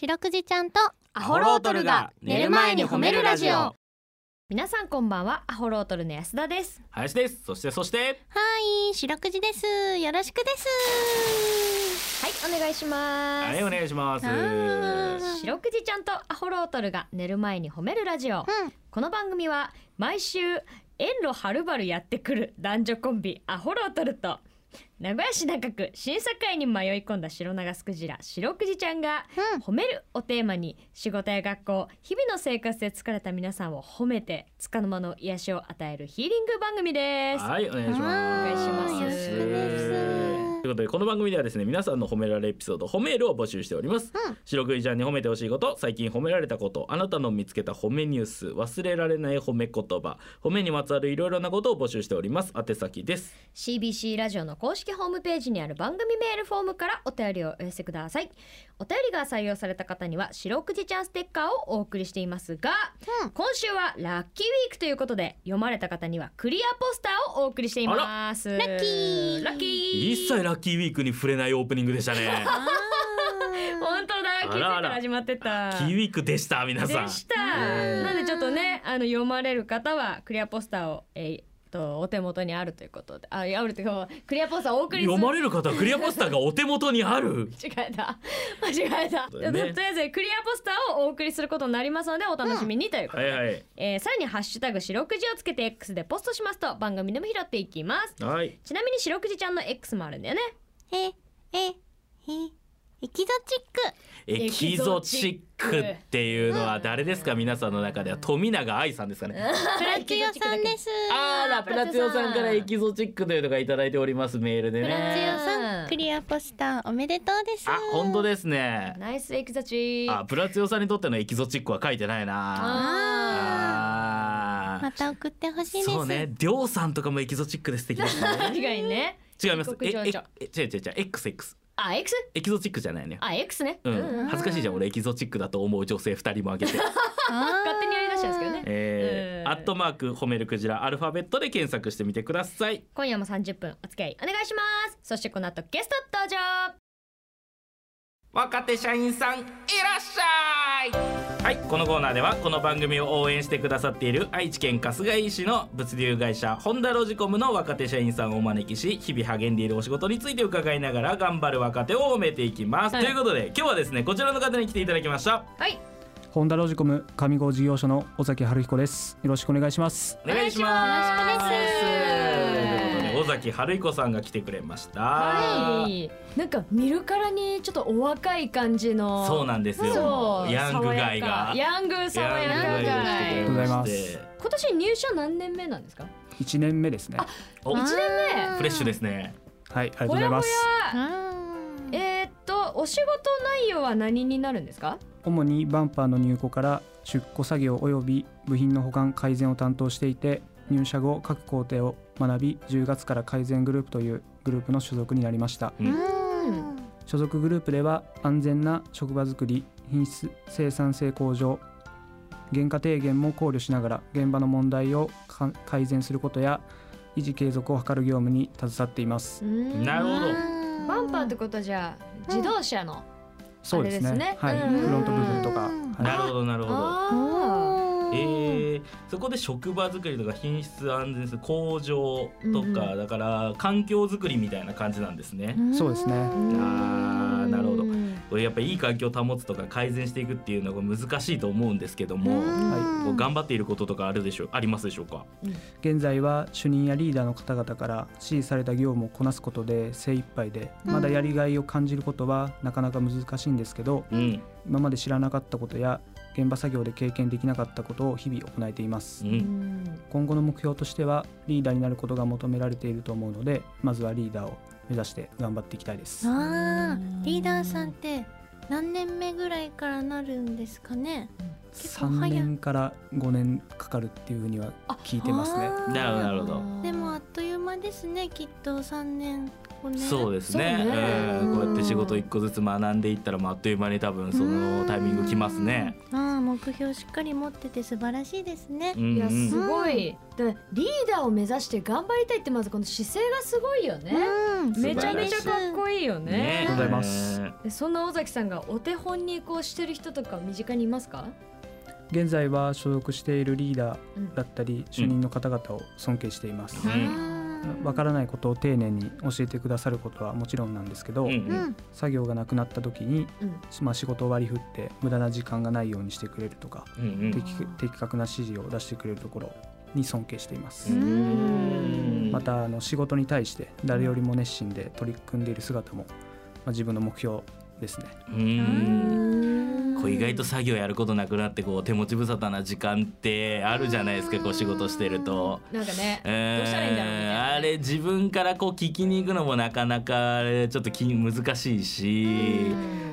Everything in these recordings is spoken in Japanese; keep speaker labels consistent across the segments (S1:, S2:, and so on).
S1: 白くじちゃんとア
S2: ホロートルが寝る前に褒めるラジオ
S3: 皆さんこんばんはアホロートルの安田です
S2: 林ですそしてそして
S1: はい白くじですよろしくです
S3: はいお願いします、
S2: はいお願いします
S1: あー
S3: 白くじちゃんとアホロートルが寝る前に褒めるラジ
S1: う
S3: オ、
S1: ん
S3: この番組は毎週遠路はるばるやってくる男女コンビアホロートルと名古屋市中区審査会に迷い込んだ白長スクジラ白くじちゃんが
S1: うん
S3: 褒めるをテーマに仕事や学校日々の生活で疲れた皆さんを褒めて束の間の癒しを与えるヒーリング番組です
S2: はいお願いします
S3: お願いします
S2: ということでこの番組ではですね皆さんの褒められエピソード褒めールを募集しております、
S1: うん
S2: 白くじちゃんに褒めてほしいこと最近褒められたことあなたの見つけた褒めニュース忘れられない褒め言葉褒めにまつわるいろいろなことを募集しております宛先です
S3: CBC ラジオの公式ホームページにある番組メールフォームからお便りをお寄せくださいお便りが採用された方には白くじちゃんステッカーをお送りしていますが、
S1: うん
S3: 今週はラッキーウィークということで読まれた方にはクリアポスターをお送りしています
S1: ラッキー
S3: ラッキー
S2: 一切ラッキーウィークに触れないオープニングでしたね
S3: 本当だ気づい
S2: あらあ
S3: た
S2: ら
S3: ら始まってた
S2: ラッキーウィークでした皆さん
S3: でした
S2: うん
S3: なのでちょっとねあの読まれる方はクリアポスターをえーっとお手元にあるということでああるというかクリアポスターをお送りする
S2: 読まれる方はクリアポスターがお手元にある
S3: 間違えた間違えた、
S2: そうだよね
S3: とりあえずクリアポスターをお送りすることになりますのでお楽しみにということ
S2: は
S3: で、
S2: いはい
S3: えーさらに「ハッシュタグ白くじ」をつけて X でポストしますと番組でも拾っていきます
S2: はい
S3: ちなみに白くじちゃんの X もあるんだよね
S1: えええエキゾチッ
S2: エキゾチックっていうのは誰ですか皆さんの中では富永愛さんですかね
S1: クプラチオさんですす
S2: あらプラツヨさんからエキゾチックというのがいただいておりますメールで
S1: プラチ
S2: ね
S1: オさんクリアポスターおめでとうです
S2: あ本当ですね
S3: ナイスエキザチ
S2: あプラツヨさんにとってのエキゾチックは書いてないな
S1: あー
S2: あ
S1: また送ってほしい
S2: ー
S1: です
S2: そうねりょうさんとかもエキゾチックで素敵ですね
S3: 確かにね
S2: 違いますえ
S3: 異国情緒
S2: ええ違う違う違う XX
S3: あ X?
S2: エキゾチックじゃないのよ
S3: あ X ね、
S2: う
S3: うん
S2: ん恥ずかしいじゃん俺エキゾチックだと思う女性二人もあげて
S1: 勝
S3: 勝手にやりだしたんですけどね
S2: えー
S3: うん
S2: アットマーク褒めるクジラアルファベットで検索してみてください
S3: 今夜も30分お付き合いお願いしますそしてこの後ゲスト登場
S2: 若手社員さんいらっしゃいはいこのコーナーではこの番組を応援してくださっている愛知県春日井市の物流会社ホンダロジコムの若手社員さんをお招きし日々励んでいるお仕事について伺いながら頑張る若手を褒めていきます、
S3: はい
S2: ということで今日はですねこちらの方に来ていただきました
S3: はい
S4: ホンダロジコム上郷事業所の尾崎春彦です。よろしくお願いします。
S2: お願いします
S1: よろしくです
S2: ということで尾崎春彦さんが来てくれました
S3: はいなんか見るからにちょっとお若い感じの
S2: そうなんですよ
S3: そう
S2: ヤング街が
S3: 爽やかヤング爽やか
S2: ヤング街
S3: 街
S2: が来て
S4: ング
S2: く
S4: 街
S2: れ
S4: が
S2: ま
S4: 来
S2: してて
S3: 今年入社何年目なんですか
S4: 一年目ですね。
S2: お
S1: あー
S3: 一年
S2: フレッシュですね
S4: はい、ありがとうございます。
S1: あー
S3: えーっとお仕事内容は何になるんですか
S4: 主にバンパーの入庫から出庫作業及び部品の保管改善を担当していて、入社後各工程を学び、10月から改善グループというグループの所属になりました。
S2: うん
S1: うん
S4: 所属グループでは安全な職場づくり、品質生産性向上、原価低減も考慮しながら現場の問題をか改善することや維持継続を図る業務に携わっています。
S2: なるほど
S3: バンパーってことはじゃあ自動車の
S4: そうです
S3: あれ
S4: ね
S3: ですね
S4: はい、
S3: うん
S4: フロント部分とか、
S1: うん
S4: はい
S2: なるほどなるほど
S3: あー
S2: えー、そこで職場作りとか品質安全性工場と
S3: うん
S2: か、
S3: う
S2: だから環境づくりみたいな感じなんですね、
S4: そうですね
S2: あーなるほど
S3: うん
S2: これやっぱいい環境を保つとか改善していくっていうのが難しいと思うんですけども、
S4: は
S2: こう頑張っていることとかあるでしょうありますでしょうか
S4: 現在は主任やリーダーの方々から指示された業務をこなすことで精一杯で
S1: うん
S4: まだやりがいを感じることはなかなか難しいんですけど、
S2: うん
S4: 今まで知らなかったことや現場作業で経験できなかったことを日々行えています、
S2: う
S3: うんん
S4: 今後の目標としてはリーダーになることが求められていると思うのでまずはリーダーを目指して頑張っていきたいです
S1: あーリーダーさんって何年目ぐらいからなるんですかね結構
S4: 3
S1: 早い
S4: 年から5年かかるっていうふうには聞いてますね
S1: あー
S2: なるほどなるほど
S1: でもあっという間ですねきっと3年こね
S2: そうですね
S1: そう
S2: うんこうやって仕事
S1: う
S2: 一
S1: ん
S2: 個ずつ学んでいったら、まあ、あっという間に多分そのタイミング来ますね。
S1: うんああ目標しっかり持ってて素晴らしいですね
S2: うんうん
S3: いやすごい、だからリーダーを目指して頑張りたいってまずこの姿勢がすごいよね、
S1: うん
S5: めちゃめちゃかっこいいよ
S2: ね
S4: ありがとうございます
S2: うん
S3: でそんな尾崎さんがお手本にこうしてる人とか身近にいますか
S4: 現在は所属しているリーダーだったり主任の方々を尊敬しています、
S2: うん
S4: わからないことを丁寧に教えてくださることはもちろんなんですけど、
S2: うん
S1: う
S2: うん
S1: ん
S4: 作業がなくなった時に、
S3: うん
S4: まあ、仕事を割り振って無駄な時間がないようにしてくれるとか、
S2: うん
S4: 的的確な指示を出してくれるところに尊敬しています、
S2: うん
S4: またあの仕事に対して誰よりも熱心で取り組んでいる姿も、まあ、自分の目標ですね
S2: うん
S1: うん
S2: こう意外と作業やることなくなってこう手持ち無沙汰な時間ってあるじゃないですかこう仕事してると。
S3: なんかね
S2: ど
S3: どうしたらいいんだろうみたいなね
S2: あれ自分からこう聞きに行くのもなかなかあれちょっとき難しいし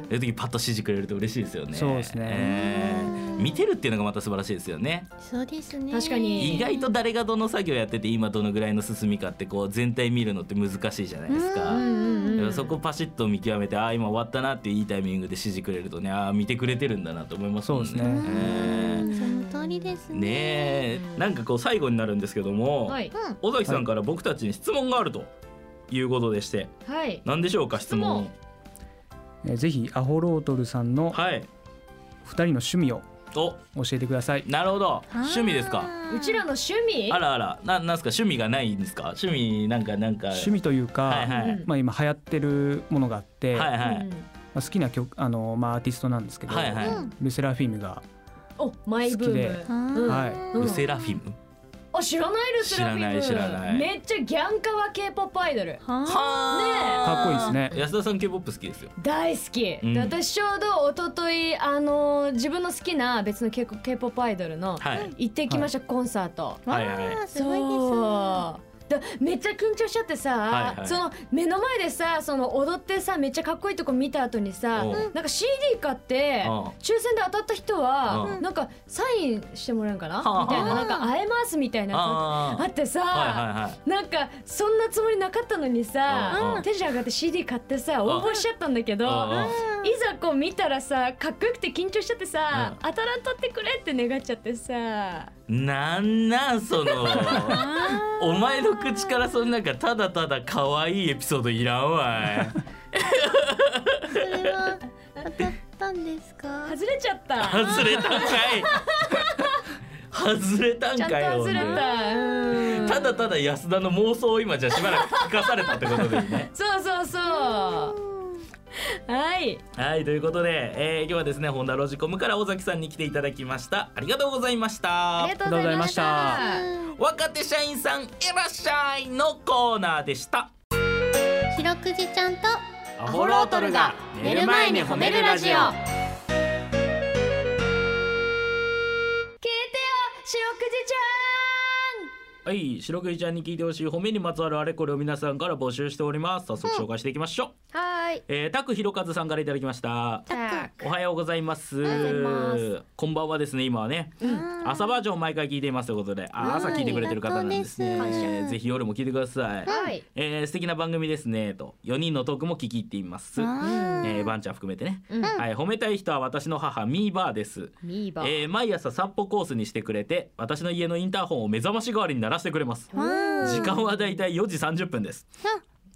S2: そういう時パッと指示くれると嬉しいですよね。
S4: そうですね
S2: えー見てるっていうのがまた素晴らしいですよね。
S1: そうですね
S3: 確かに
S2: 意外と誰がどの作業やってて今どのぐらいの進みかってこう全体見るのって難しいじゃないですか。
S1: うんうんうん
S2: だからそこパシッと見極めてああ今終わったなっていいタイミングで指示くれるとねああ見てくれてるんだなと思いますもんね。
S4: そうですね
S2: えー
S1: その通りですね
S2: ねえなんかこう最後になるんですけども、
S3: はい
S1: うん
S2: 尾崎さんから僕たちに質問があるということでして
S3: はい
S2: 何でしょうか質問
S4: えーぜひアホロートルさんの
S2: はい
S4: 2人の趣味を
S2: お
S4: 教えてください、
S2: なるほど趣味ですか
S1: あー
S3: うちらの趣味
S2: あらあらななんすか趣味がないんですか趣味なんかなんか
S4: 趣味というか、
S2: はいはい、
S3: うん
S4: まあ、今流行ってるものがあって、
S2: はいはい、
S3: うん
S4: まあ、好きな曲あの、まあ、アーティストなんですけど、
S2: はいはい、
S1: うん
S4: ルセラフィムが
S3: おマイブ
S4: 好き
S3: ー
S4: で
S1: あ
S3: ムう
S1: ー
S3: ん
S4: はい
S3: うん
S2: ルセラフィム
S3: あ知らないルスラフィム
S2: 知らない知らない
S3: めっちゃギャンカワ K-POP アイドル
S2: は
S4: かっこいいですね
S2: 安田さん K-POP 好きですよ
S3: 大好き、で
S2: うん
S3: 私ちょうど一昨日あの自分の好きな別の K- K-POP アイドルの
S2: はい
S3: 行ってきました、コンサート
S2: はいはい
S1: わあすごいで
S3: そうだめっちゃ緊張しちゃってさ、
S2: はいはい
S3: その目の前でさその踊ってさめっちゃかっこいいとこ見た後にさ
S2: おう
S3: なんか CD 買って
S2: うん
S3: 抽選で当たった人
S2: う
S3: は
S2: ん
S3: なんかサインしてもらえんかな
S2: はあはあ
S3: みたいななんか会えますみたいなや
S2: あ
S3: つあってさ、
S2: あはいはいはい
S3: なんかそんなつもりなかったの
S2: うん
S3: に
S2: う
S3: さ
S2: ん
S3: 手じ上がって CD 買ってさ応募しちゃったんだけど
S2: うんうん
S3: いざこう見たらさかっこよくて緊張しちゃって
S2: う
S3: さ
S2: ん
S3: 当たらんとってくれって願っちゃってさ
S2: なんなんそ のお前の口からそのなんかただただ可愛いエピソードいらんわい
S1: すそれは当たったんですか
S3: 外れちゃった。
S2: 外れたんかい外れたん
S3: ちゃんと
S2: かよ
S3: 外れた。うん
S2: ただただ安田の妄想を今じゃしばらく聞かされたってことで すね
S3: そうそうそう。はい。
S2: はいということで、えー今日はですね本田ロジコムから尾崎さんに来ていただきましたありがとうございました
S3: ありがとうございまし
S4: ありがとうござ
S3: た。
S2: 若手社員さんいらっしゃいのコーナーでした
S1: 白くじちゃんと
S2: ア
S1: ホロートルが寝る前に褒めるラジオ
S2: は
S3: 聞いてよ、白くじち
S2: い白くじちゃんに聞いてほしい褒めにまつわるあれこれを皆さんから募集しております早速紹介していきましょう、
S3: ゃん。はい。
S2: えー、タクひろかずさんからいただきました
S3: た
S2: おはようございます
S3: はようござい
S2: こんばんはですね今はね
S1: うん
S2: 朝バージョンを毎回聞いていますということであー朝聞いてくれてる方なんですね
S1: ありがとうです
S2: ぜひ夜も聞いてください、
S3: はい。
S2: えー素敵な番組ですねと4人のトークも聞き入っています、え
S1: あー
S2: ー、バンちゃん含めてね、
S3: うん
S2: はい、褒めたい人は私の母ミーバーです
S3: ミーバー。
S2: えー毎朝散歩コースにしてくれて私の家のインターホンを目覚まし代わりに鳴らしてくれます
S1: わー
S2: 時間はだいたい4時30分です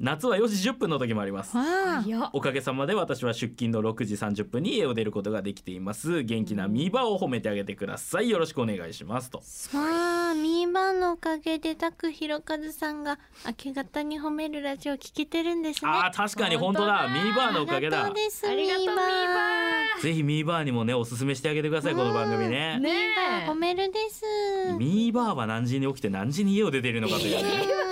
S2: 夏は4時10分の時もあります
S1: わあ
S3: いや。
S2: おかげさまで私は出勤の6時30分に家を出ることができています元気なミーバーを褒めてあげてくださいよろしくお願いしますと
S1: わあミーバーのおかげでタクヒロカズさんが明け方に褒めるラジオ聞けてるんですね
S2: あー確かに本当だミーバーのおかげだ
S1: 本当です
S3: ありがとうミーバ
S2: ぜひミーバーにもねおすすめしてあげてくださいこの番組
S3: ー。
S2: ね
S3: ね
S1: 褒めるです
S2: ミーバーは何時に起きて何時に家を出ているのかというね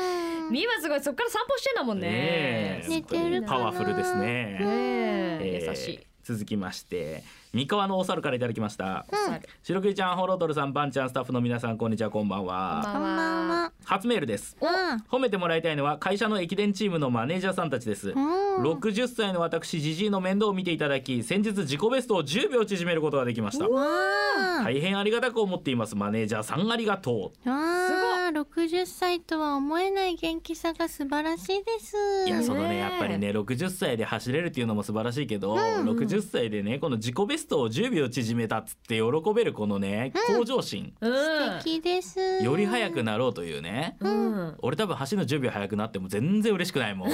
S3: え。ミーバーすごい。そっから散歩してんだもんね
S2: ね。え
S1: 寝てるか
S2: パ
S1: な
S2: ワフルですね
S3: ね
S2: え
S3: え
S2: ー
S3: 優しい。
S2: 続きまして三河のお猿からいただきました
S1: うん
S2: 白くじちゃんホロトルさんバンちゃんスタッフの皆さんこんにちはこんばん
S1: こ
S2: は
S1: んばんは
S2: 初メールです
S1: うん
S2: 褒めてもらいたいのは会社の駅伝チームのマネージャーさんたちです
S1: うん
S2: 60歳の私ジジイの面倒を見ていただき先日自己ベストを10秒縮めることができました
S1: わあ
S2: 大変ありがたく思っていますマネージャーさんありがとう
S1: わあ60歳とは思えない元気さが素晴らしいです
S2: いやその
S6: ね
S2: ね
S6: え
S2: やっぱりね60歳で走れるっていうのも素晴らしいけど、
S1: うんうん
S2: 60歳でねこの自己ベストを10秒縮めたっつって喜べるこのね向上心、
S3: うん
S1: 素敵です
S2: より速くなろうというね
S3: うん
S2: 俺多分走るの10秒速くなっても全然嬉しくないもん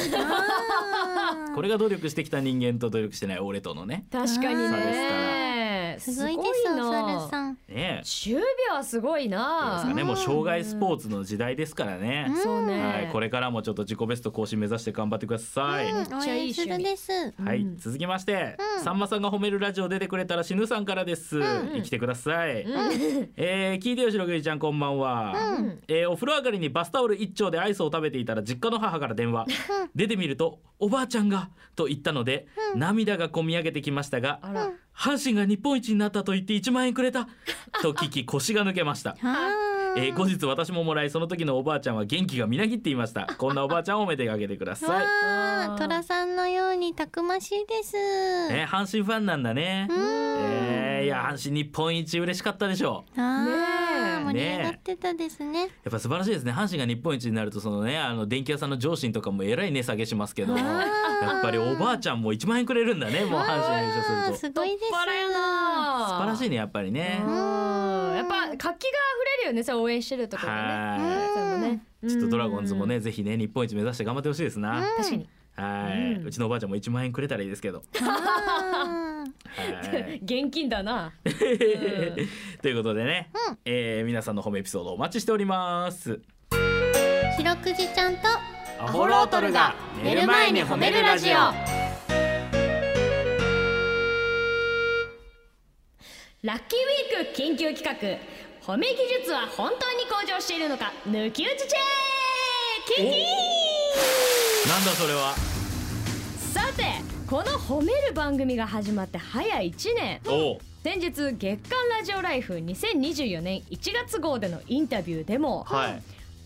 S1: あー
S2: これが努力してきた人間と努力してない俺とのね
S3: 確かにね
S1: すごいですお猿
S3: ん
S1: さん
S2: ねえ
S3: 10秒はすごい
S2: どうですか
S3: な
S2: ねもう障害スポーツの時代ですからね、
S3: そうね、
S2: はい、これからもちょっと自己ベスト更新目指して頑張ってください。
S1: うん、応
S3: ちゃいい
S1: 援するです
S2: はい、
S3: うん
S2: 続きまして、
S1: うん
S2: さんまさんが褒めるラジオ出てくれたら死ぬさんからです、生きてください、えー聞いてよしろくじちゃんこんばんは、
S1: うん
S2: えーお風呂上がりにバスタオル一丁でアイスを食べていたら実家の母から電話出てみるとおばあちゃんがと言ったので、涙がこみ上げてきましたが
S3: あら、
S2: 阪神が日本一になったと言って1万円くれたと聞き腰が抜けました
S1: あ
S2: えー後日私ももらいその時のおばあちゃんは元気がみなぎっていましたこんなおばあちゃんをおめでてあげてくだ
S1: わ
S2: さ
S1: あ虎さんのようにたくましいです、
S2: いね阪神ファンなんだね
S1: うん
S2: えー、いや阪神日本一嬉しかったでしょう
S1: あー
S2: ねえ
S1: 盛り上がってたですね
S2: やっぱ素晴らしいですね阪神が日本一になるとそのねあの電気屋さんの上司とかもえらい値下げしますけどやっぱりおばあちゃんも1万円くれるんだねもう阪神が優
S1: あ
S2: 勝
S1: ー
S2: すると
S1: すごいです
S3: 太っ腹やな
S2: 素晴らしいねやっぱりね
S3: うんやっぱ活気が溢れるよねそう応援してるところね
S2: は
S3: そういうのね
S2: いちょっとドラゴンズもねぜひね日本一目指して頑張ってほしいですな
S3: 確かに
S2: はい、う
S3: うん
S2: ちのおばあちゃんも1万円くれたらいいですけど
S1: あー
S2: はい
S3: 現金 だな
S2: ということでね、
S1: うん
S2: えー皆さんのホームエピソードお待ちしております
S1: 白くじちゃんと
S2: ア
S6: ホロートルが寝る前に褒めるラジオ
S3: ラッキーウィーク緊急企画褒め技術は本当に向上しているのか抜き打ちチェックキンキ
S2: なんだそれは
S3: ンさてこの褒める番組が始まって早1年
S2: おう
S3: 先日月刊ラジオライフ2024年1月号でのインタビューでも、
S2: はい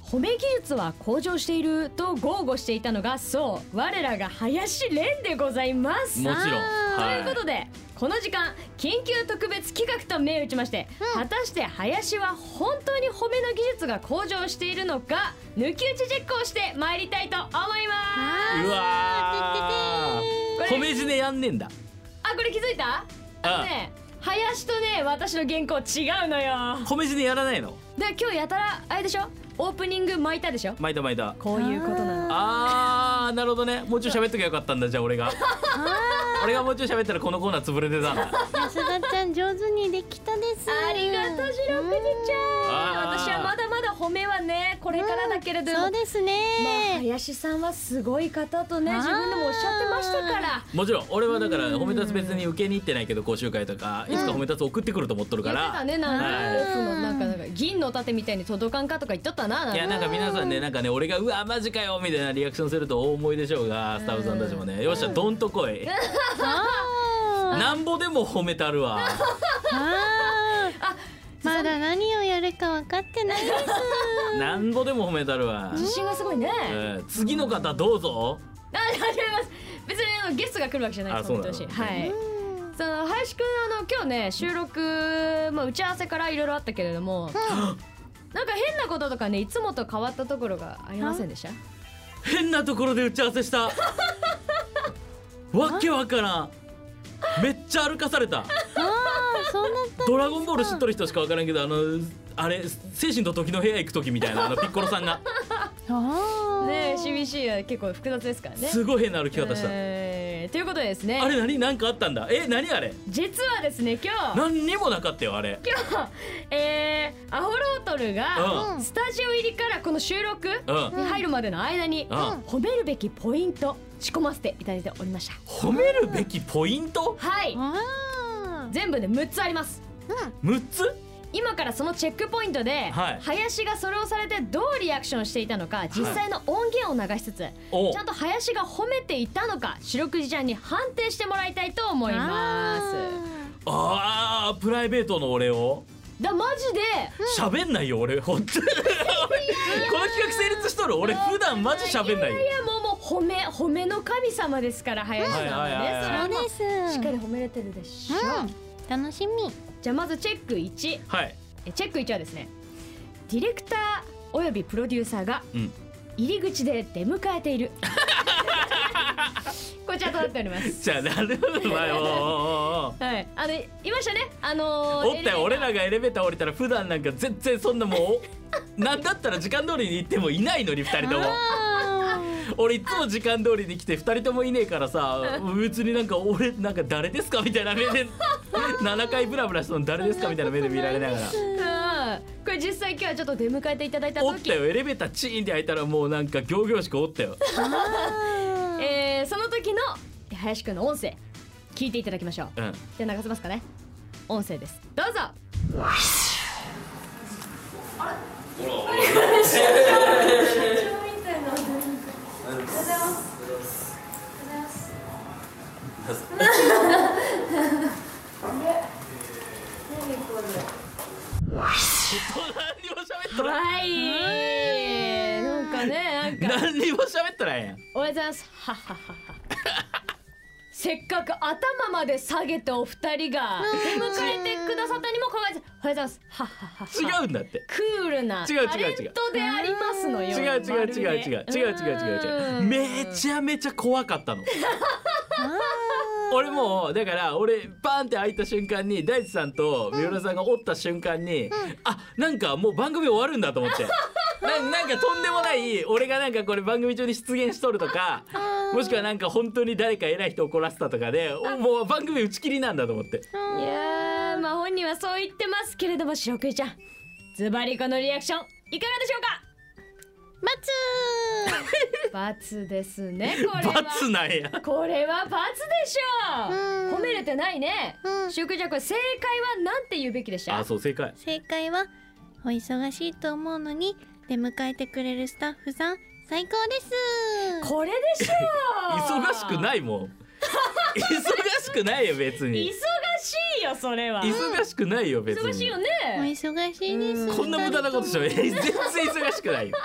S3: 褒め技術は向上していると豪語していたのがそう我らが林蓮でございます
S2: もちろん
S3: と
S2: はい
S3: いうことで、この時間緊急特別企画と銘打ちまして、果たして林は本当に褒めの技術が向上しているのか抜き打ちチェックをしてまいりたいと思います
S2: うわー
S3: てっててー
S2: 褒めじねやんねんだ
S3: あこれ気づいたあのね林とね私の原稿違うのよ
S2: 褒めじねやらないの
S3: で今日やたらあれでしょオープニング巻いたでしょ
S2: 巻いた巻いた
S3: こういうことなの
S2: あーなるほどねもうちょい喋っときゃよかったんだじゃあ俺が俺がもうちょい喋ったらこのコーナー潰れてたんだ
S1: 安田ちゃん上手にできたです
S3: ありがとう白くじちゃ
S2: あ
S3: ん
S2: ー
S3: 私はまだまだ褒めはねこれからだけれども、
S1: そうですね、
S3: まあ、林さんはすごい方とね
S1: あー
S3: 自分でもおっしゃってましたから
S2: もちろん俺はだから褒め立つ別に受けに行ってないけど講習会とかいつか褒め立つ送ってくると思っとるか
S3: 言ってた
S2: ら
S3: ねなんか
S2: は
S3: オフのなんかなんか銀の盾みたいに届かんかとか言っとったななん
S2: い
S3: か
S2: やなんか皆さんねなんかね俺が「うわマジかよ」みたいなリアクションすると大思いでしょうがスタッフさんたちもね「よっしゃどんとこい」「
S1: あ
S2: なんぼでも褒めたる わ」
S1: ーあーまだ何をやるか分かってないです
S2: 「なんぼでも褒めたるわ」
S3: 自信がすごいね、
S2: えー次の方どうぞ
S3: あ違います別にあのゲストが来るわけじゃないです
S2: あそうなの
S3: 本当にはいその林くんあの今日ね収録、まあ、打ち合わせからいろいろあったけれどもなんか変なこととかねいつもと変わったところがありませんでした
S2: 変なところで打ち合わせ したわけわからんめっちゃ歩かされた
S1: ああそうなった
S2: ドラゴンボール知っとる人しかわからんけどあのあれ精神と時の部屋行く時みたいなあのピッコロさんが
S1: あー
S3: ね CBC は結構複雑ですから ね
S2: すごい変な歩き方した、
S3: えーということでですね
S2: あれ何何かあったんだえ何あれ
S3: 実はですね今日
S2: 何にもなかったよあれ
S3: 今日、えー、アホロートルが
S1: うん
S3: スタジオ入りからこの収録
S2: うん、
S3: に入るまでの間に
S2: うん
S3: 褒めるべきポイント仕込ませていただいておりました
S2: 褒めるべきポイント
S3: はい
S1: あ
S3: 全部で6つあります
S2: 6つ
S3: 今からそのチェックポイントで、
S2: はい
S3: 林がそれをされてどうリアクションしていたのか実際の音源を流しつつ、
S2: お
S3: ちゃんと林が褒めていたのか白くじちゃんに判定してもらいたいと思います
S2: あープライベートの俺を
S3: だマジで
S2: 喋んないよ俺本当に俺この企画成立しとる俺普段マジ喋んないよ
S3: いやもうもう褒め褒めの神様ですから林さんはね、
S2: はいはいはいはい
S1: そう
S3: それは
S1: で
S3: も
S1: す
S3: うしっかり褒めれてるでし
S1: う
S3: ょ、
S1: ん楽しみ
S3: じゃあまずチェック1
S2: はい
S3: えチェック1はですねディレクターおよびプロデューサーが
S2: うん
S3: 入り口で出迎えて いるこちらとなっております
S2: じゃあなるほどまあおーおーおー
S3: はいあのいましたねあのー
S2: おったよ俺らがエレベーター降りたら普段なんか全然そんなもうなんだったら時間通りに行ってもいないのに2人とも俺いつも時間通りに来て2人ともいねえからさ別になんか俺なんか誰ですかみたいな目で 7回ブラブラしたの誰ですかみたいな目で見られながら
S3: うんこれ実際今日はちょっと出迎えていただいた
S2: おった
S3: 時
S2: よエレベーターチーンって開いたらもうなんか仰々しくおったよ
S3: えー、その時の林くんの音声聞いていただきましょ
S2: う
S3: う
S2: ん
S3: じゃあ流せますかね音声ですどうぞ
S2: 何にも喋っとらん
S3: はいなんかねなんか
S2: 何にも喋っとらんやん
S3: おはようございますはっはっはっ はせっかく頭まで下げたお二人が出迎えてくださったにもかかわらずおはようございますはっはっはっは
S2: 違うんだって
S3: クールな
S2: 違う違う違う
S3: タレントでありますのよ
S2: 違う違う違う違う違う違う違う違うめちゃめちゃ怖か ったの俺もうだから俺バーンって開いた瞬間に大地さんと三浦さんがおった瞬間に、あなんかもう番組終わるんだと思って ななんかとんでもない俺がなんかこれ番組中に出現しとるとかもしくはなんか本当に誰か偉い人怒らせたとかでおもう番組打ち切りなんだと思って
S3: いやーまあ本人はそう言ってますけれども白クイちゃんズバリこのリアクションいかがでしょうか罰ですねこれは
S2: 罰なんや
S3: これは罰でし
S1: うん
S3: ょう褒めれてないね
S1: うん
S3: 白クイちゃんこれ正解はなんて言うべきでした
S2: あそう正解
S1: 正解はお忙しいと思うのに出迎えてくれるスタッフさん最高です
S3: これでしょう
S2: 忙しくないもん忙しくないよ別
S3: 忙
S2: に
S3: しいよそれは
S2: 忙しくないよ別に
S3: 忙しいよ
S1: お
S3: ね
S1: 忙しいです
S2: こんな無駄なことし ちゃう全然忙しくないよ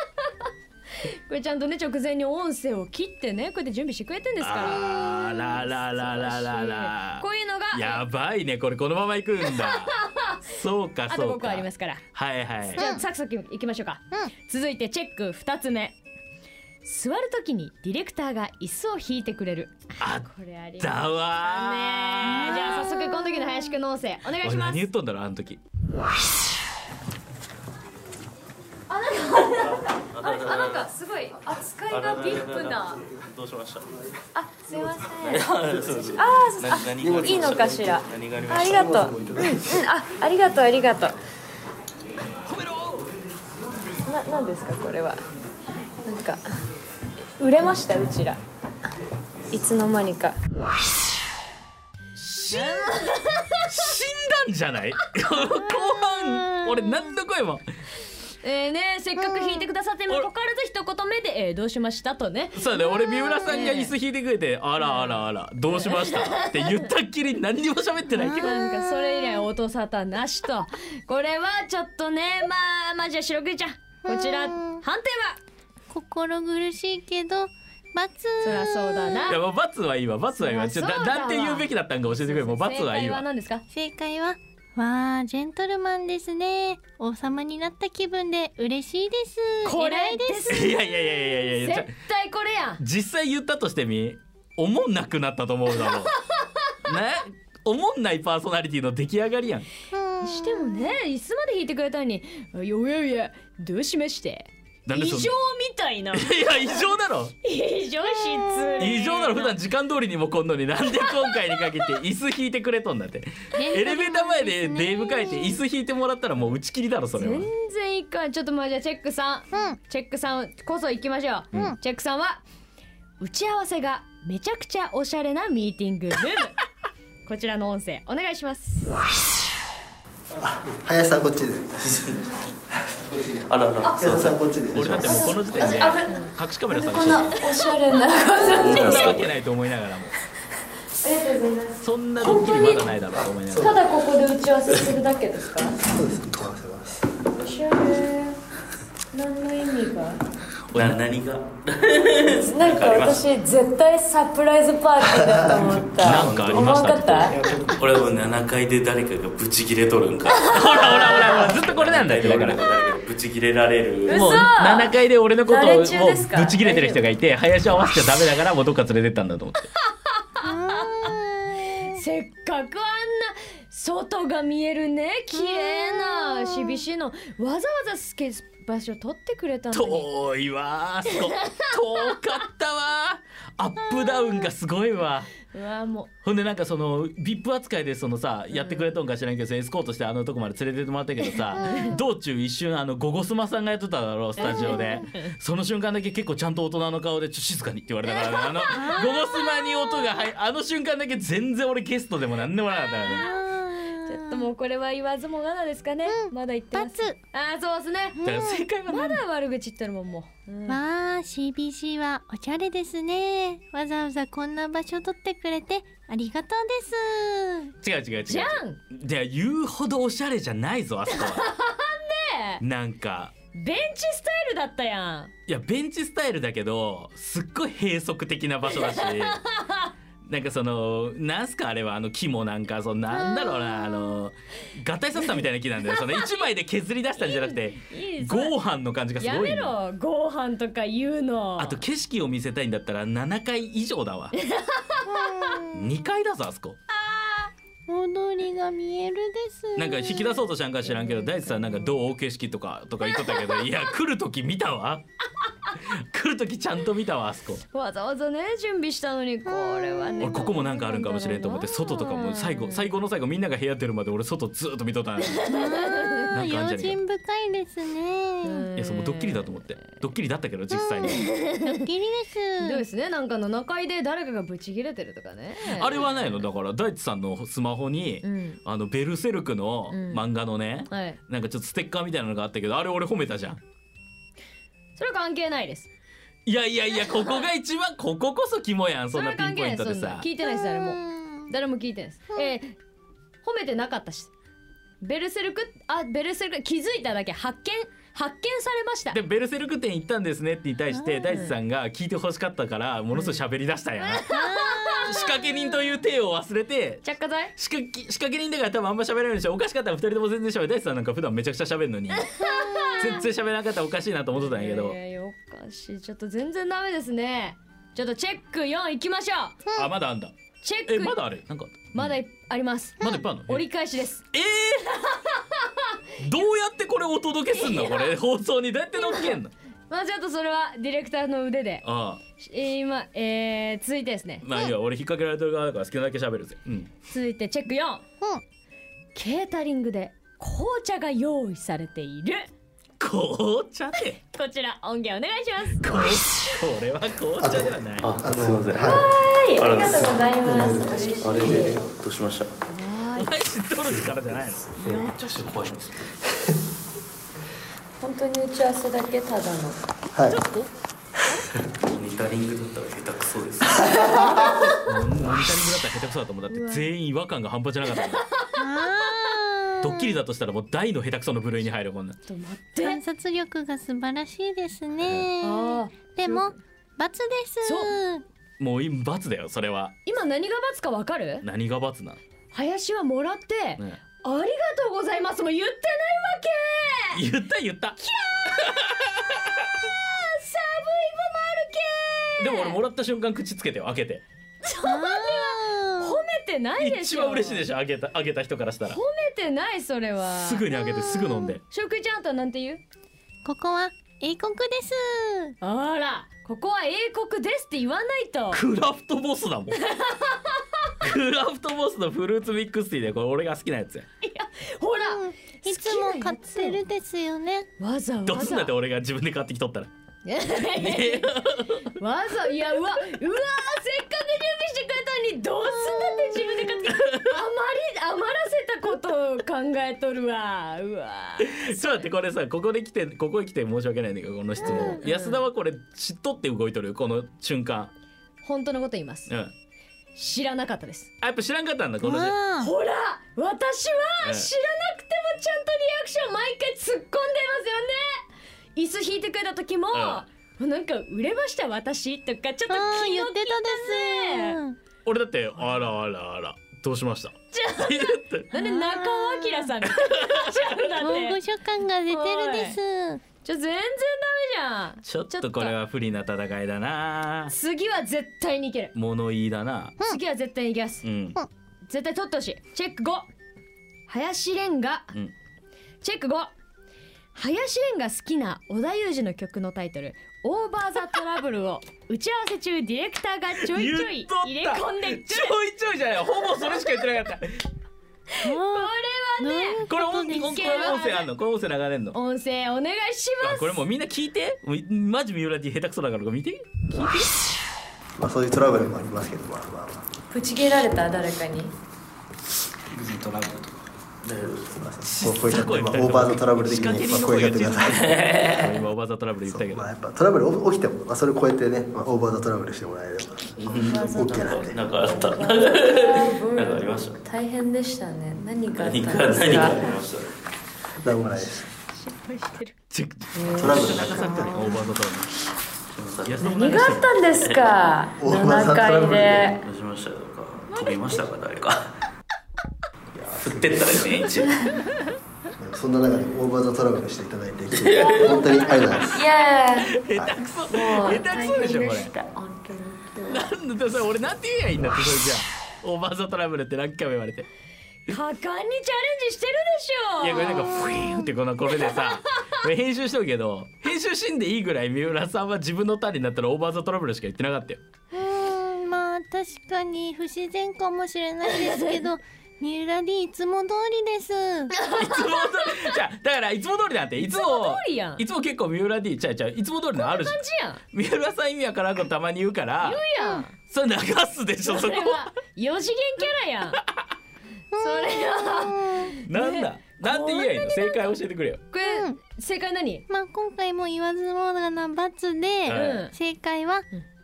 S3: これちゃんとね直前に音声を切ってねこうやって準備してくれてんですから
S2: あらららららら
S3: こういうのが
S2: やばいねこれこのまま行くん だそうか
S3: あと
S2: そう
S3: 5個
S2: か
S3: ありますから
S2: はいはい
S3: じゃあサクサクいきましょうか、続いてチェック2つ目座るときにディレクターが椅子を引いてくれる
S2: あっ
S3: これありますね
S2: たわ
S3: じゃあ早速この時の林くんの音声お願い
S2: 俺
S3: しま
S2: 何
S3: す
S2: 言っとんだろうあの時
S6: あなんかすごい扱いがビッグな
S7: どうしました。
S6: あすいません
S7: あ、
S6: あーあ
S7: 何がありました
S6: いいのかしら
S7: 何がありま
S6: あ
S7: し
S6: り
S7: た。
S6: がとう。うんうんあありがとうありがとう。ななんですかこれは。なんか売れましたうちら。いつの間にか。
S2: 死ん死んだんじゃない 後半俺何の声も
S3: えー、ねせっかく引いてくださってもかかわらず一言目で、えー、どうしましたとね
S2: そうだね俺三浦さんが椅子引いてくれて「あらあらあらどうしました?」って言ったっきり何にも喋ってないけど
S3: なんかそれ以来音沙汰なしとこれはちょっとねまあまあじゃあ白くじちゃんこちら
S1: うん
S3: 判定は
S1: 心苦しいけど罰
S3: そりゃそうだない
S2: やもう罰はいいわ罰はいいわちょっ
S3: そう
S2: と
S3: だわ
S2: なんて言うべきだったんか教えてくれもう罰はいい
S3: 正解は
S2: わ
S3: 何ですか
S1: 正解はわあジェントルマンですね王様になった気分で嬉しいです
S3: これ
S1: 偉い
S3: で
S1: ですす
S2: いやいやいやいやいやいや
S3: 絶
S2: じゃ
S3: 対これやん
S2: 実際言ったとしてみ思んなくなったと思うだろうね思んないパーソナリティの出来上がりやん
S1: うん
S3: にしてもね椅子まで引いてくれたのに「いやいやいやどうしまして?」
S2: なんで
S3: 異
S2: そん
S3: 常み
S2: な
S3: たいな
S2: いや異常だろ
S3: 異常失礼
S2: 異常だろ普段時間通りにもこんのになんで今回に限って椅子引いてくれとんだってエレベーター前で出迎えて椅子引いてもらったらもう打ち切りだろそれは
S3: 全然いかんちょっとまあじゃあチェックさん、
S1: うん
S3: チェックさんこそ行きましょう、チェックさんは打ち合わせがめちゃくちゃおしゃれなミーティン グルームこちらの音声お願いします
S8: 林さんこっち で
S7: あらあら。
S8: 安田さんこっちで
S2: 俺だってもうこの時点で隠しカメラ探してる
S6: おしゃれなこと。
S2: そんなわけないと思いながらも
S6: ありがとうございます。
S2: そんなドッキリまだないだろうと思いながら
S6: ただここで打ち合わせするだけですか。
S8: そうです打ち合わせます
S6: おしゃれ。何の意味が。
S7: な何が
S9: なんか私絶対サプライズパーティーだと思った
S2: なんかありました
S9: 思わんかっ
S7: 俺は7階で誰かがブチギレとるんか
S2: ほらほらほらほらずっと これなんだよだから
S7: 誰かがブチギレられる
S2: もう7階で俺のことをも
S9: 誰
S2: う
S9: 中ですか
S2: ぶち切れてる人がいて林合わせちゃダメだからもうどっか連れてったんだと思って
S3: せっかくあんな外が見えるね綺麗な CBC のわざわざスケ場所取ってくれたのに
S2: 遠いわーそこ遠かったわーアップダウンがすごいわ
S3: うわも
S2: ほんでなんかその VIP 扱いでそのさやってくれとんか知らんけどさエスコートしてあのとこまで連れてってもらったけどさ道中一瞬あのゴゴスマさんがやっとっただろうスタジオでその瞬間だけ結構ちゃんと大人の顔でちょ静かにって言われたからねあのゴゴスマに音が入あの瞬間だけ全然俺ゲストでもなんでもなかったからね
S3: うちょっともうこれは言わずもがなですかね、まだ言ってます
S1: 罰
S3: ああそうですね
S2: だから正解は
S3: ま
S2: 何
S3: だ悪口言ってるもんもう、うん
S1: まあ CBC はおしゃれですねわざわざこんな場所取ってくれてありがとうです
S2: 違う違う違う
S3: じゃん
S2: で言うほどおしゃれじゃない ぞあそこはなんか
S3: ベンチスタイルだったやん
S2: いやベンチスタイルだけどすっごい閉塞的な場所 だしなんかそのなんすかあれはあの木もなんかそのなんだろうなあの合体させたみたいな木なんだよその一枚で削り出したんじゃなく て
S3: いいです
S2: 合板の感じがす
S3: や
S2: ごい
S3: め
S2: の
S3: ろご飯とか言うの
S2: あと景色を見せたいんだったら7階以上だわ 2階だぞあそこ
S1: 踊りが見えるです
S2: なんか引き出そうとしたんか知らんけど大地さんなんかどう景色とかとか言っとったけ どいや来る時見たわ 来る時ちゃんと見たわあそこ
S3: わざわざね準備したのにこれはね
S2: 俺ここもなんかあるんかもしれんと思って外とかも最後最後の最後みんなが部屋出るまで俺外ずっと見とったんやい
S1: あ
S2: なんかあんじ
S1: 用
S2: ゃねえか
S1: 心深いですね
S2: やそのドッキリだと思ってドッキリだったけど実際に
S1: ドッキリ
S3: どうで
S1: です
S3: ねなんか7階で誰かがブチ切れてるとかね
S2: あれはないのだから大地さんのスマホに
S3: うん
S2: あのベルセルクの
S3: うん
S2: 漫画のね
S3: はい
S2: なんかちょっとステッカーみたいなのがあったけどあれ俺褒めたじゃん
S3: それは関係ないです
S2: いやいやいやここが一番こここそ肝やんそんな
S3: れは
S2: ピン
S3: 関係
S2: ポイ
S3: ない
S2: ントで
S3: そんな
S2: さ
S3: 聞いてないです誰も
S1: うん
S3: 誰も聞いてないですえー褒めてなかったしベルセルクあベルセルク気づいただけ発見発見されました
S2: でベルセルク店行ったんですねってに対して大地さんが聞いて欲しかったからものすごい喋り出したやん、仕掛け人という体を忘れて
S3: 着火剤
S2: 仕掛け仕掛け人だから多分あんま喋らないでしょおかしかったら2人とも全然喋る大地さんなんか普段めちゃくちゃ喋るのに全然喋らなかったらおかしいなと思ってたんやけ
S3: い
S2: ど
S3: やいやいやおかしいちょっと全然ダメですねちょっとチェック4いきましょう
S2: あまだあんだ
S3: チェッ
S2: え
S3: ク
S2: まだあれなんかあった
S3: まだいあります
S2: まだいっぱいあるの
S3: 折り返しです
S2: ええーどうやってこれお届けすんのこれ放送にどうやって乗っけんの
S3: まあちょっとそれはディレクターの腕で
S2: ああ
S3: えー今えー、続いてですね
S2: まあいいや俺引っ掛けられてる側だから好きなだけ喋るぜうん
S3: 続いてチェック4、ケータリングで紅茶が用意されている
S2: 紅茶で
S3: こちら音源お願いします
S2: これは紅茶ではない。
S7: あすいません
S9: た
S7: あ
S9: はいあ
S7: ら
S9: りがとうございます
S7: あれでどうしました
S2: 毎日取るからじゃないの。
S7: めっちゃし怖いんです
S9: 本当に打ち合わせだけただの
S7: モニタリングだったら下手くそ です
S2: モニタリングだったら下手くそだと思う。だって全員違和感が半端じゃなかったもん。ドッキリだとしたらもう大の下手くその部類に入るもんな。
S3: ちょっと待って
S1: 観察力が素晴らしいですね
S3: あー
S1: でも罰です
S3: そ
S2: もう今罰だよそれは。
S3: 今何が罰かわかる
S2: 何が罰なの。
S3: 林はもらって、あり
S2: ね
S3: がとうございますも言ってないわけ
S2: 言った言った。
S3: サ
S2: で
S3: ブイ
S2: も俺もらった瞬間口つけてよ開けて。
S3: ボもあるけ褒めてないでし
S2: 一
S3: ょ
S2: 番嬉しいで
S3: し
S2: しょ開けた開けた人からしたら
S3: 褒。めてないそれは
S2: すぐに開けてすぐ飲んで。
S3: 食事あんたなんて言う
S1: ここは英国です
S3: あらここは英国ですって言わないと
S2: クラフトボスだ もん。クラフトボスのフルーツミックスティーでこれ俺が好きなやつや。
S3: ほら、
S1: いつも買ってるですよね
S3: わざわざ
S2: どうすんだって俺が自分で買ってきとったら。
S3: わざいやうわうわせっかく準備してくれたのにどうすんだって自分で買ってきた余り余らせたことを考えとるわうわ
S2: そうだってこれさここで来てここへ来て申し訳ないんだけどこの質問、安田はこれ知っとって動いとるこの瞬間
S3: 本当のこと言います
S2: うんあ
S3: 知らなかったです
S2: やっぱ知らんかったんだこの時
S1: わあ
S3: ほら私は知らなくてもちゃんとリアクション毎回突っ込んでますよね椅子引いてくれた時も、
S2: ん
S3: わうなんか売れました私とかちょっと
S1: あー
S3: 気
S1: 言
S3: の
S1: ってたです。
S2: 俺だってあらあらあらどうしましたって言って
S3: なんで中尾明 さんみたいになっちゃうん
S1: 大
S3: だっ
S1: 御
S3: て
S1: 所感が出てるです。
S3: ちょ全然ダメじ
S2: ちょっとこれは不利な戦いだな
S3: ゃん次は絶対にいける
S2: 物言いだな
S3: 次は絶対にいけます
S2: うん
S3: 絶対取ってほしいチェック5林蓮が、
S2: うん
S3: チェック5林蓮が好きな織田裕二の曲のタイトル「オーバー・ザ・トラブル」 を打ち合わせ中ディレクターが ちょいちょい入れ込んでくる
S2: ちょいちょいじゃないほぼそれしか言ってなかった
S3: こ
S1: あ
S3: れはね
S1: ー
S2: これ音
S1: なるほど
S2: 音
S1: です
S2: これ音声あんのこれ音声流れんの
S3: 音声お願いしま
S2: あ
S3: す
S2: これもうみんな聞いてもうマジ三浦 D 下手くそだからこれ見て
S10: まあ、そういうトラブルもありますけど、まあまあまあ、
S11: ぶち切られた誰かに
S7: 別にトラブルとか
S10: 大丈夫です。すみません。こう声かけて、まあ、オーバーのトラブル的
S2: 仕
S10: に、ま
S2: 掛
S10: あ、
S2: け人の声
S10: 声かけて ください。
S2: 今オーバーザトラブル言ったけど
S10: まあ、やっぱトラブル起きても、まあ、それを超えてね、まあ、オーバーのトラブルしてもらえれば、OK なんで。
S7: なんかあった何かありました
S11: 大変でしたね何があった
S7: 何
S11: ん
S7: か
S11: です
S7: 何かあ
S11: か
S7: りました
S10: なんもな いです。
S2: チェック
S10: トラブル
S2: 流されてるオーバーザトラブルいやそんな
S11: 何があったんです か
S10: オーバーザ
S11: 7
S10: ト
S11: 階
S10: ラブル
S11: で
S10: で
S7: どうしましたとか飛びましたか 誰か振ってったらいいね一応
S10: そんな中でオーバーのトラブルしていただいて、本当にありがとうございます。
S11: いやいや
S2: 下手くそ
S11: もう
S2: 下手くそでしょこれ
S11: た本当に
S2: なんでそれ俺なんて言えばいいんだってそれじゃあオーバーザトラブルって何回も言われて
S3: 果敢にチャレンジしてるでしょ
S2: いやこれなんかフィーンってこのこれでさこれ編集しとるけど編集しんでいいぐらい三浦さんは自分のターンになったらオーバーザトラブルしか言ってなかったよ
S1: うーん、まあ確かに不自然かもしれないですけど、三浦 D いつも通りです。
S2: いつも通りじゃあだからいつも通りなんていつもいつも
S3: 通りやん
S2: 結構三浦 D ちゃうちゃういつも通りのあるし
S3: 感じやん
S2: 三浦さん意味わからんことたまに言うから
S3: やん
S2: それ流すでしょそ
S3: そ
S2: こ
S3: れは四次元キャラやんそれは
S2: なんだなんて言えばいいの正解教えてくれよ
S3: これ、正解何
S1: まあ今回も言わずもがな罰
S2: う
S1: で、
S2: ん
S1: 正解は、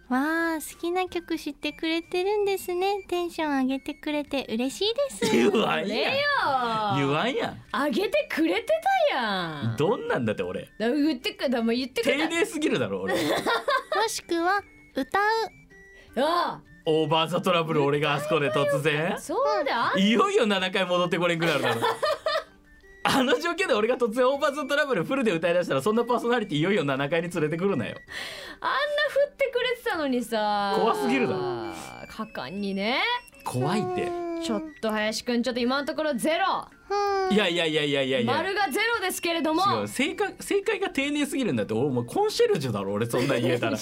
S1: わあ好きな曲知ってくれてるんですね。テンション上げてくれて嬉しい です。
S2: 言わん
S3: ねえ
S2: やん
S3: よ
S2: 言わんやん
S3: あげてくれてたやん
S2: どんなんだって俺
S3: だ言ってくだもう言ってく
S2: 丁
S3: れ
S2: 寧すぎるだろ俺
S1: もしくは歌う。
S3: あ
S2: オーバーザトラブル俺があそこで突然
S3: あそうだ、
S2: いよいよ7回戻ってこれんくなるだろあの状況で俺が突然オーバーザトラブルフルで歌いだしたらそんなパーソナリティいよいよ7回に連れてくるなよ
S3: あんな振ってくれてたのにさ
S2: 怖すぎるだろ
S3: 果敢にね
S2: 怖いって
S3: ちょっと林くんちょっと今のところゼロ
S2: いやいやいやいやいやいや
S3: 丸がゼロですけれども
S2: 違う正解正解が丁寧すぎるんだって俺もうコンシェルジュだろ俺そんなん言え たら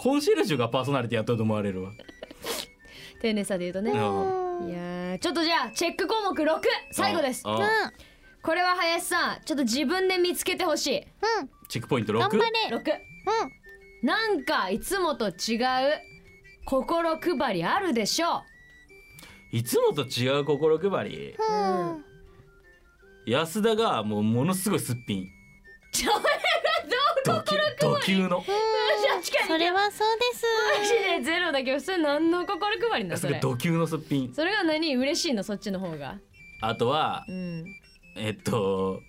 S2: コンシェルジュがパーソナリティやっとると思われるわ
S3: 丁寧さで言うとね
S2: うん
S3: いやーちょっとじゃあチェック項目6最後です
S2: うんうん
S3: これは林さんちょっと自分で見つけてほしい
S2: チェックポイント
S1: 頑張
S2: 6
S1: れ。
S3: 6なんかいつもと違う心配りあるでしょ
S2: いつもと違う心配り
S3: う、うん、
S2: 安田がもうものすごいすっぴん
S3: それはど
S2: ド
S3: う
S2: 級ド級の
S3: 確かに
S1: それはそうです。
S3: マジでゼロだけどそれ何の心配りなのそ
S2: すごい
S3: れ
S2: ド級のすっぴん
S3: それが何嬉しいのそっちの方が
S2: あとは
S3: うん
S2: えっと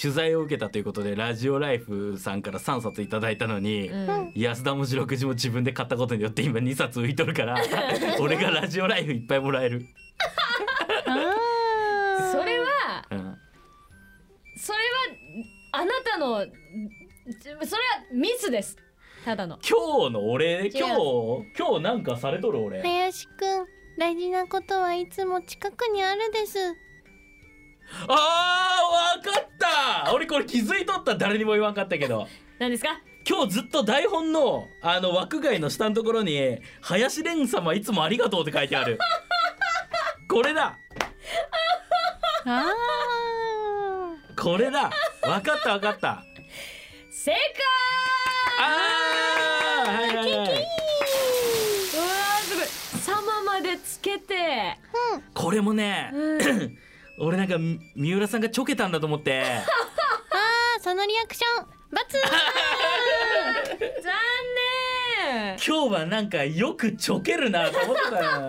S2: 取材を受けたということでラジオライフさんから3冊いただいたのに、
S3: うん
S2: 安田も白くじも自分で買ったことによって今2冊浮いとるから 俺がラジオライフいっぱいもらえる、
S3: それは
S2: うん、
S3: それはあなたのそれはミスですただの
S2: 今日の俺
S3: 違う
S2: 今日今日なんかされとる俺
S1: 林くん、大事なことはいつも近くにあるです。
S2: あーわかった俺これ気づいとった誰にも言わんかったけど
S3: 何ですか
S2: 今日ずっと台本のあの枠外の下のところに「林蓮様いつもありがとう」って書いてあるこれだ
S1: あ
S2: これだわかったわかった
S3: 正解
S2: あーはいはいはいう
S3: わーすごい様までつけて
S2: これもね、俺なんかみ三浦さんがちょけたんだと思って
S1: あ、そのリアクション、バツ。
S3: 残念
S2: 今日はなんかよくちょけるなと思ってた
S1: あ
S2: よ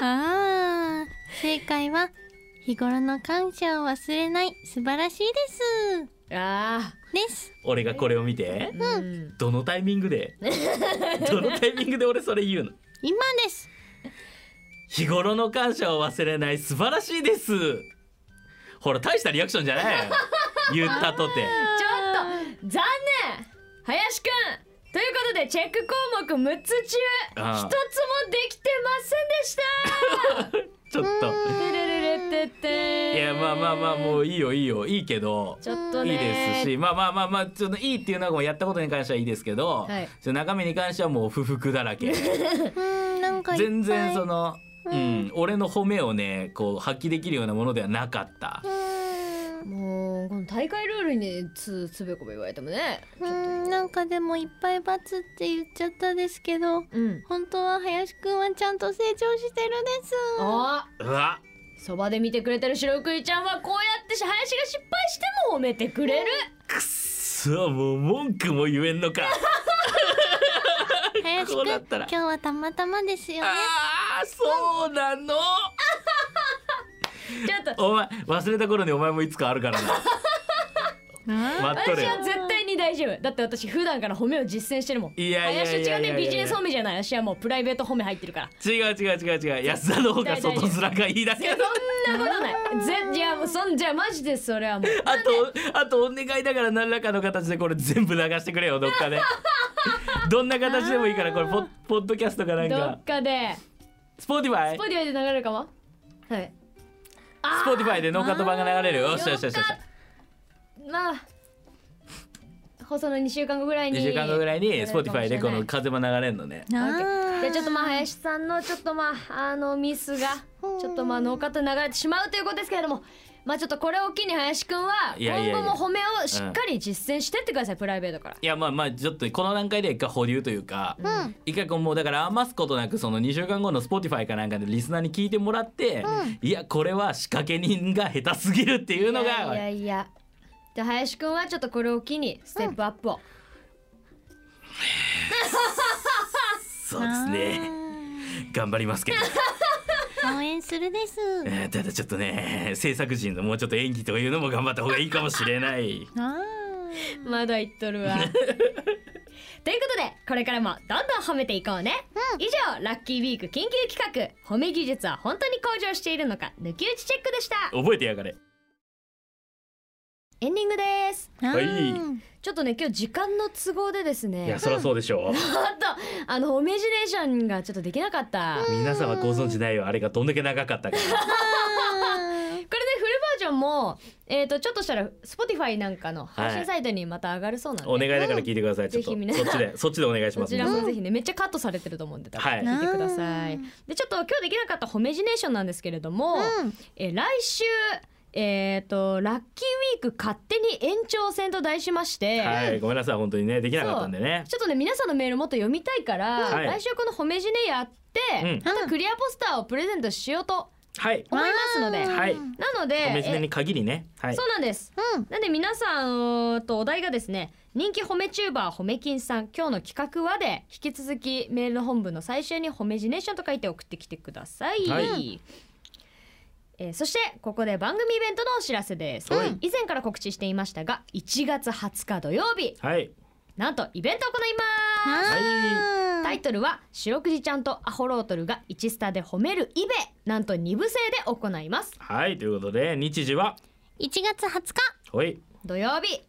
S1: あ、正解は日頃の感謝を忘れない素晴らしいです。
S3: あ
S1: です。
S2: 俺がこれを見て
S3: あ、うん、
S2: どのタイミングでどのタイミングで俺それ言うの
S1: 今です。
S2: 日頃の感謝を忘れない素晴らしいですほら大したリアクションじゃないよ言ったとて
S3: ちょっと残念林くんということでチェック項目6つ中
S2: あー
S3: 一つもできてませんでした
S2: ちょっと
S3: ルルルルてて
S2: いやまあまあまあもういいよいいよいいけど
S3: ちょっと
S2: い
S3: ね
S2: いですしまあまあまあまあちょっといいっていうのはもうやったことに関してはいいですけど、
S3: は
S2: ち
S3: い
S2: ょっと中身に関してはもう不服だらけ
S1: うん、なんかいっぱい。
S2: 全然その、うん俺の褒めをねこう発揮できるようなものではなかった。
S1: うん
S3: もうこの大会ルールにつつべこべ言われてもね
S1: うん、なんかでもいっぱい罰って言っちゃったですけど、
S3: うん
S1: 本当は林くんはちゃんと成長してるです。
S3: あ
S2: うわ
S3: そばで見てくれてる白クイちゃんはこうやって林が失敗しても褒めてくれる
S2: そうもう文句も言えんの か
S1: 林
S2: こ
S1: く、
S2: うんなったら
S1: 今日はたまたまですよね。
S2: あーそうなの
S3: ちょっと
S2: お前忘れた頃にお前もいつかあるからな 待っと
S3: 私
S2: れよ
S3: は絶対に大丈夫だって私普段から褒めを実践してるもん
S2: いやいやいや
S3: 林
S2: いや
S3: 違う
S2: いや
S3: ねビジネス褒めじゃない私はもうプライベート褒め入ってるから
S2: 違う違う違う違う安田の方が外面がいいだ
S3: いや
S2: け
S3: そんなことないぜいやもうそんじゃあマジでそれはもう
S2: あと、あとお願いだから何らかの形でこれ全部流してくれよ、どっか で。どんな形でもいいから、これポッ、ポッドキャストかなん
S3: ど
S2: か
S3: っ。かで
S2: スポーティファイ
S3: スポディアで流れるかもはい
S2: スポーティファイでノーカット版が流れるよ。よしよしよしよし。
S3: まあ放送の2週間後ぐらいに
S2: 2週間後ぐらいに、スポーティファイでこの
S3: じ
S2: 風間流れるのね。
S1: なあ
S3: ゃあちょっとまあ林さんのちょっとまああのミスがちょっとまあノーカットに流れてしまうということですけれどもまあちょっとこれを機に林くんはい
S2: やいやい
S3: 今
S2: や
S3: 後も褒めをしっかり実践してってくださいプライベートから
S2: いや、まあまあ、ちょっとこの段階で一回保留というか、一回こうもうだから余すことなく、その2週間後のスポーティファイかなんかでリスナーに聞いてもらって、いや、これは仕掛け人が下手すぎるっていうの
S3: いや
S2: が、
S3: いやで林くんはちょっとこれを機にステップアップを、
S2: そうですね。頑張り ますけど。
S1: 応援するです。
S2: えーただちょっとね制作陣のもうちょっと演技というのも頑張った方がいいかもしれない
S1: なあ
S3: まだ言っとる わということでこれからもどんどん褒めていこうね、以上ラッキーウィーク緊急企画褒め技術は本当に向上しているのか抜き打ちチェックでした
S2: 覚えてやがれ
S3: エンディングです
S1: なあ
S2: はい
S3: ちょっとね今日時間の都合でです
S2: いや
S3: ね
S2: そりゃそうでしょ
S3: ちょっとあのオメジネーションがちょっとできなかった、こ
S2: う皆さんはご存知ないよあれがどんだけ長かったか
S3: れねフルバージョンもえっ、とちょっとしたら Spotify なんかの配信サイトにまた上がるそうなんで、
S2: お願いだから聞いてください、ちょっと
S3: ぜひ皆
S2: そっちでそっちでお願いしま
S3: こ
S2: す
S3: ちらもぜひねめっちゃカットされてると思うんで多分
S2: はい
S3: 聞いてください。でちょっと今日できなかったホメジネーションなんですけれども、えー来週えー、とラッキーウィーク勝手に延長戦と題しまして、
S2: はいごめんなさい本当にねできなかったんでね
S3: ちょっとね皆さんのメールもっと読みたいから、
S2: はい
S3: 来週このホメジネやって、
S2: うん
S3: またクリアポスターをプレゼントしようと
S2: はい
S3: 思いますので、
S2: はい
S3: なので、
S2: おめじ
S3: え
S2: ね
S3: ー
S2: に限りねはい
S3: そうなんです、
S1: うん
S3: なんで皆さんうーんとお題がですね人気褒めチューバー褒めきんさん今日の企画はで引き続きメールの本文の最終に褒めジネーションと書いて送ってきてください、
S2: はい
S3: えーそしてここで番組イベントのお知らせです、
S2: はい
S3: 以前から告知していましたが1月20日土曜日
S2: はい
S3: なんとイベントを行います
S1: は。
S3: タイトルは「白くじちゃんとアホロートルが1スタで褒めるイベ」なんと2部制で行います
S2: はいということで日時はい
S1: 1月20日。
S2: ほい
S3: 土曜日、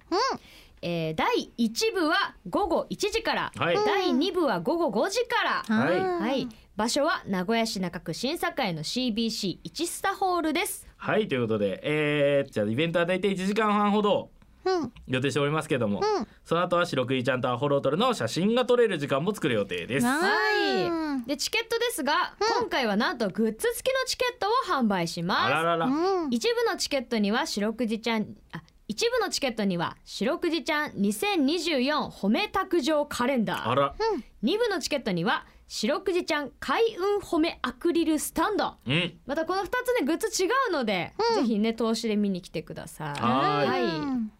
S3: えー第1部は午後1時から、
S2: はい
S3: 第2部は午後5時から、
S2: はい
S3: はい、場所は名古屋市中区新栄の CBC 一スタホールです
S2: はいということでえー、じゃあイベントは大体1時間半ほど
S1: うん。
S2: 予定しておりますけども、その後は白クイちゃんとアホロートルの写真が撮れる時間も作る予定です。
S1: なあ
S3: はいでチケットですが、今回はなんとグッズ付きのチケットを販売します
S2: あららら、
S3: 一部のチケットには白くじちゃんあ一部のチケットには白くじちゃん2024褒め卓上カレンダー
S2: あら、
S3: 2部のチケットには白くじちゃん開運褒めアクリルスタンド
S2: うん、
S3: またこの2つねグッズ違うので、ぜひね投資で見に来てください
S2: はーい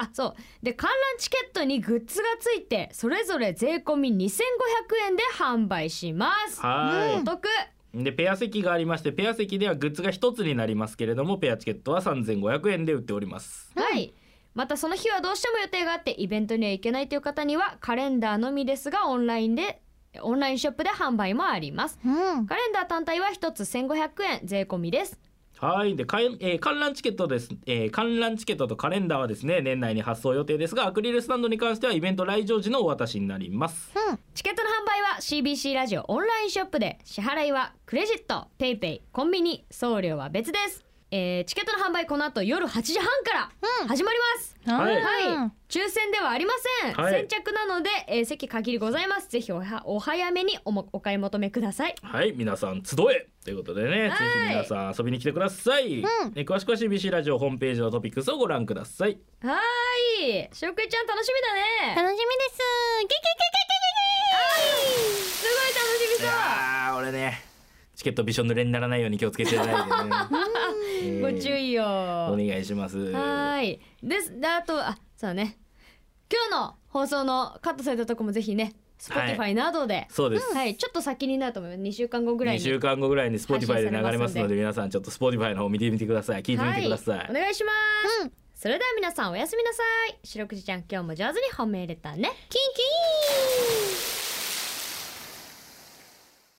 S3: あそうで観覧チケットにグッズがついてそれぞれ税込み2500円で販売します
S2: はーい
S3: お得
S2: でペア席がありましてペア席ではグッズが一つになりますけれどもペアチケットは3500円で売っております。
S3: はい。またその日はどうしても予定があってイベントには行けないという方にはカレンダーのみですがオンラインでオンラインショップで販売もあります
S1: うん。
S3: カレンダー単体は1つ1500円税込みです
S2: はいでかええー観覧チケットです、えー観覧チケットとカレンダーはですね年内に発送予定ですがアクリルスタンドに関してはイベント来場時のお渡しになります
S3: チケットの販売は CBC ラジオオンラインショップで支払いはクレジットペイペイコンビニ送料は別です、えーチケットの販売この後夜8時半から始まります、
S2: はい
S3: はい、抽選ではありません、
S2: はい
S3: 先着なので、えー席限りございますぜひおはお早めにおもお買い求めください
S2: はい皆さん集えということでね、
S3: はい
S2: ぜひ皆さん遊びに来てください、えー詳しくは CBC ラジオホームページのトピックスをご覧ください
S3: はーいしょくいちゃん楽しみだね
S1: 楽しみです。ゲゲゲゲゲゲゲ
S3: すごい楽しみ
S2: い
S3: そう
S2: やー俺ねチケットびしょ濡れにならないように気をつけていただいてねえー
S3: ご注意よ
S2: お願いします
S3: はーい。です。であとあそうだね。今日の放送のカットされたとこもぜひね、
S2: はい
S3: Spotify などで、
S2: そうです、
S3: はい、ちょっと先になると思います。2週間後ぐらい
S2: 2
S3: に。
S2: 週間後ぐらいに Spotify で流れます
S3: 配信されます
S2: の
S3: ん
S2: で皆さんちょっと Spotify の方見てみてください聞いてみてくださ
S3: はいい、お願いします。それでは皆さんおやすみなさい。白くじちゃん今日も上手に褒め入れたね。キンキン。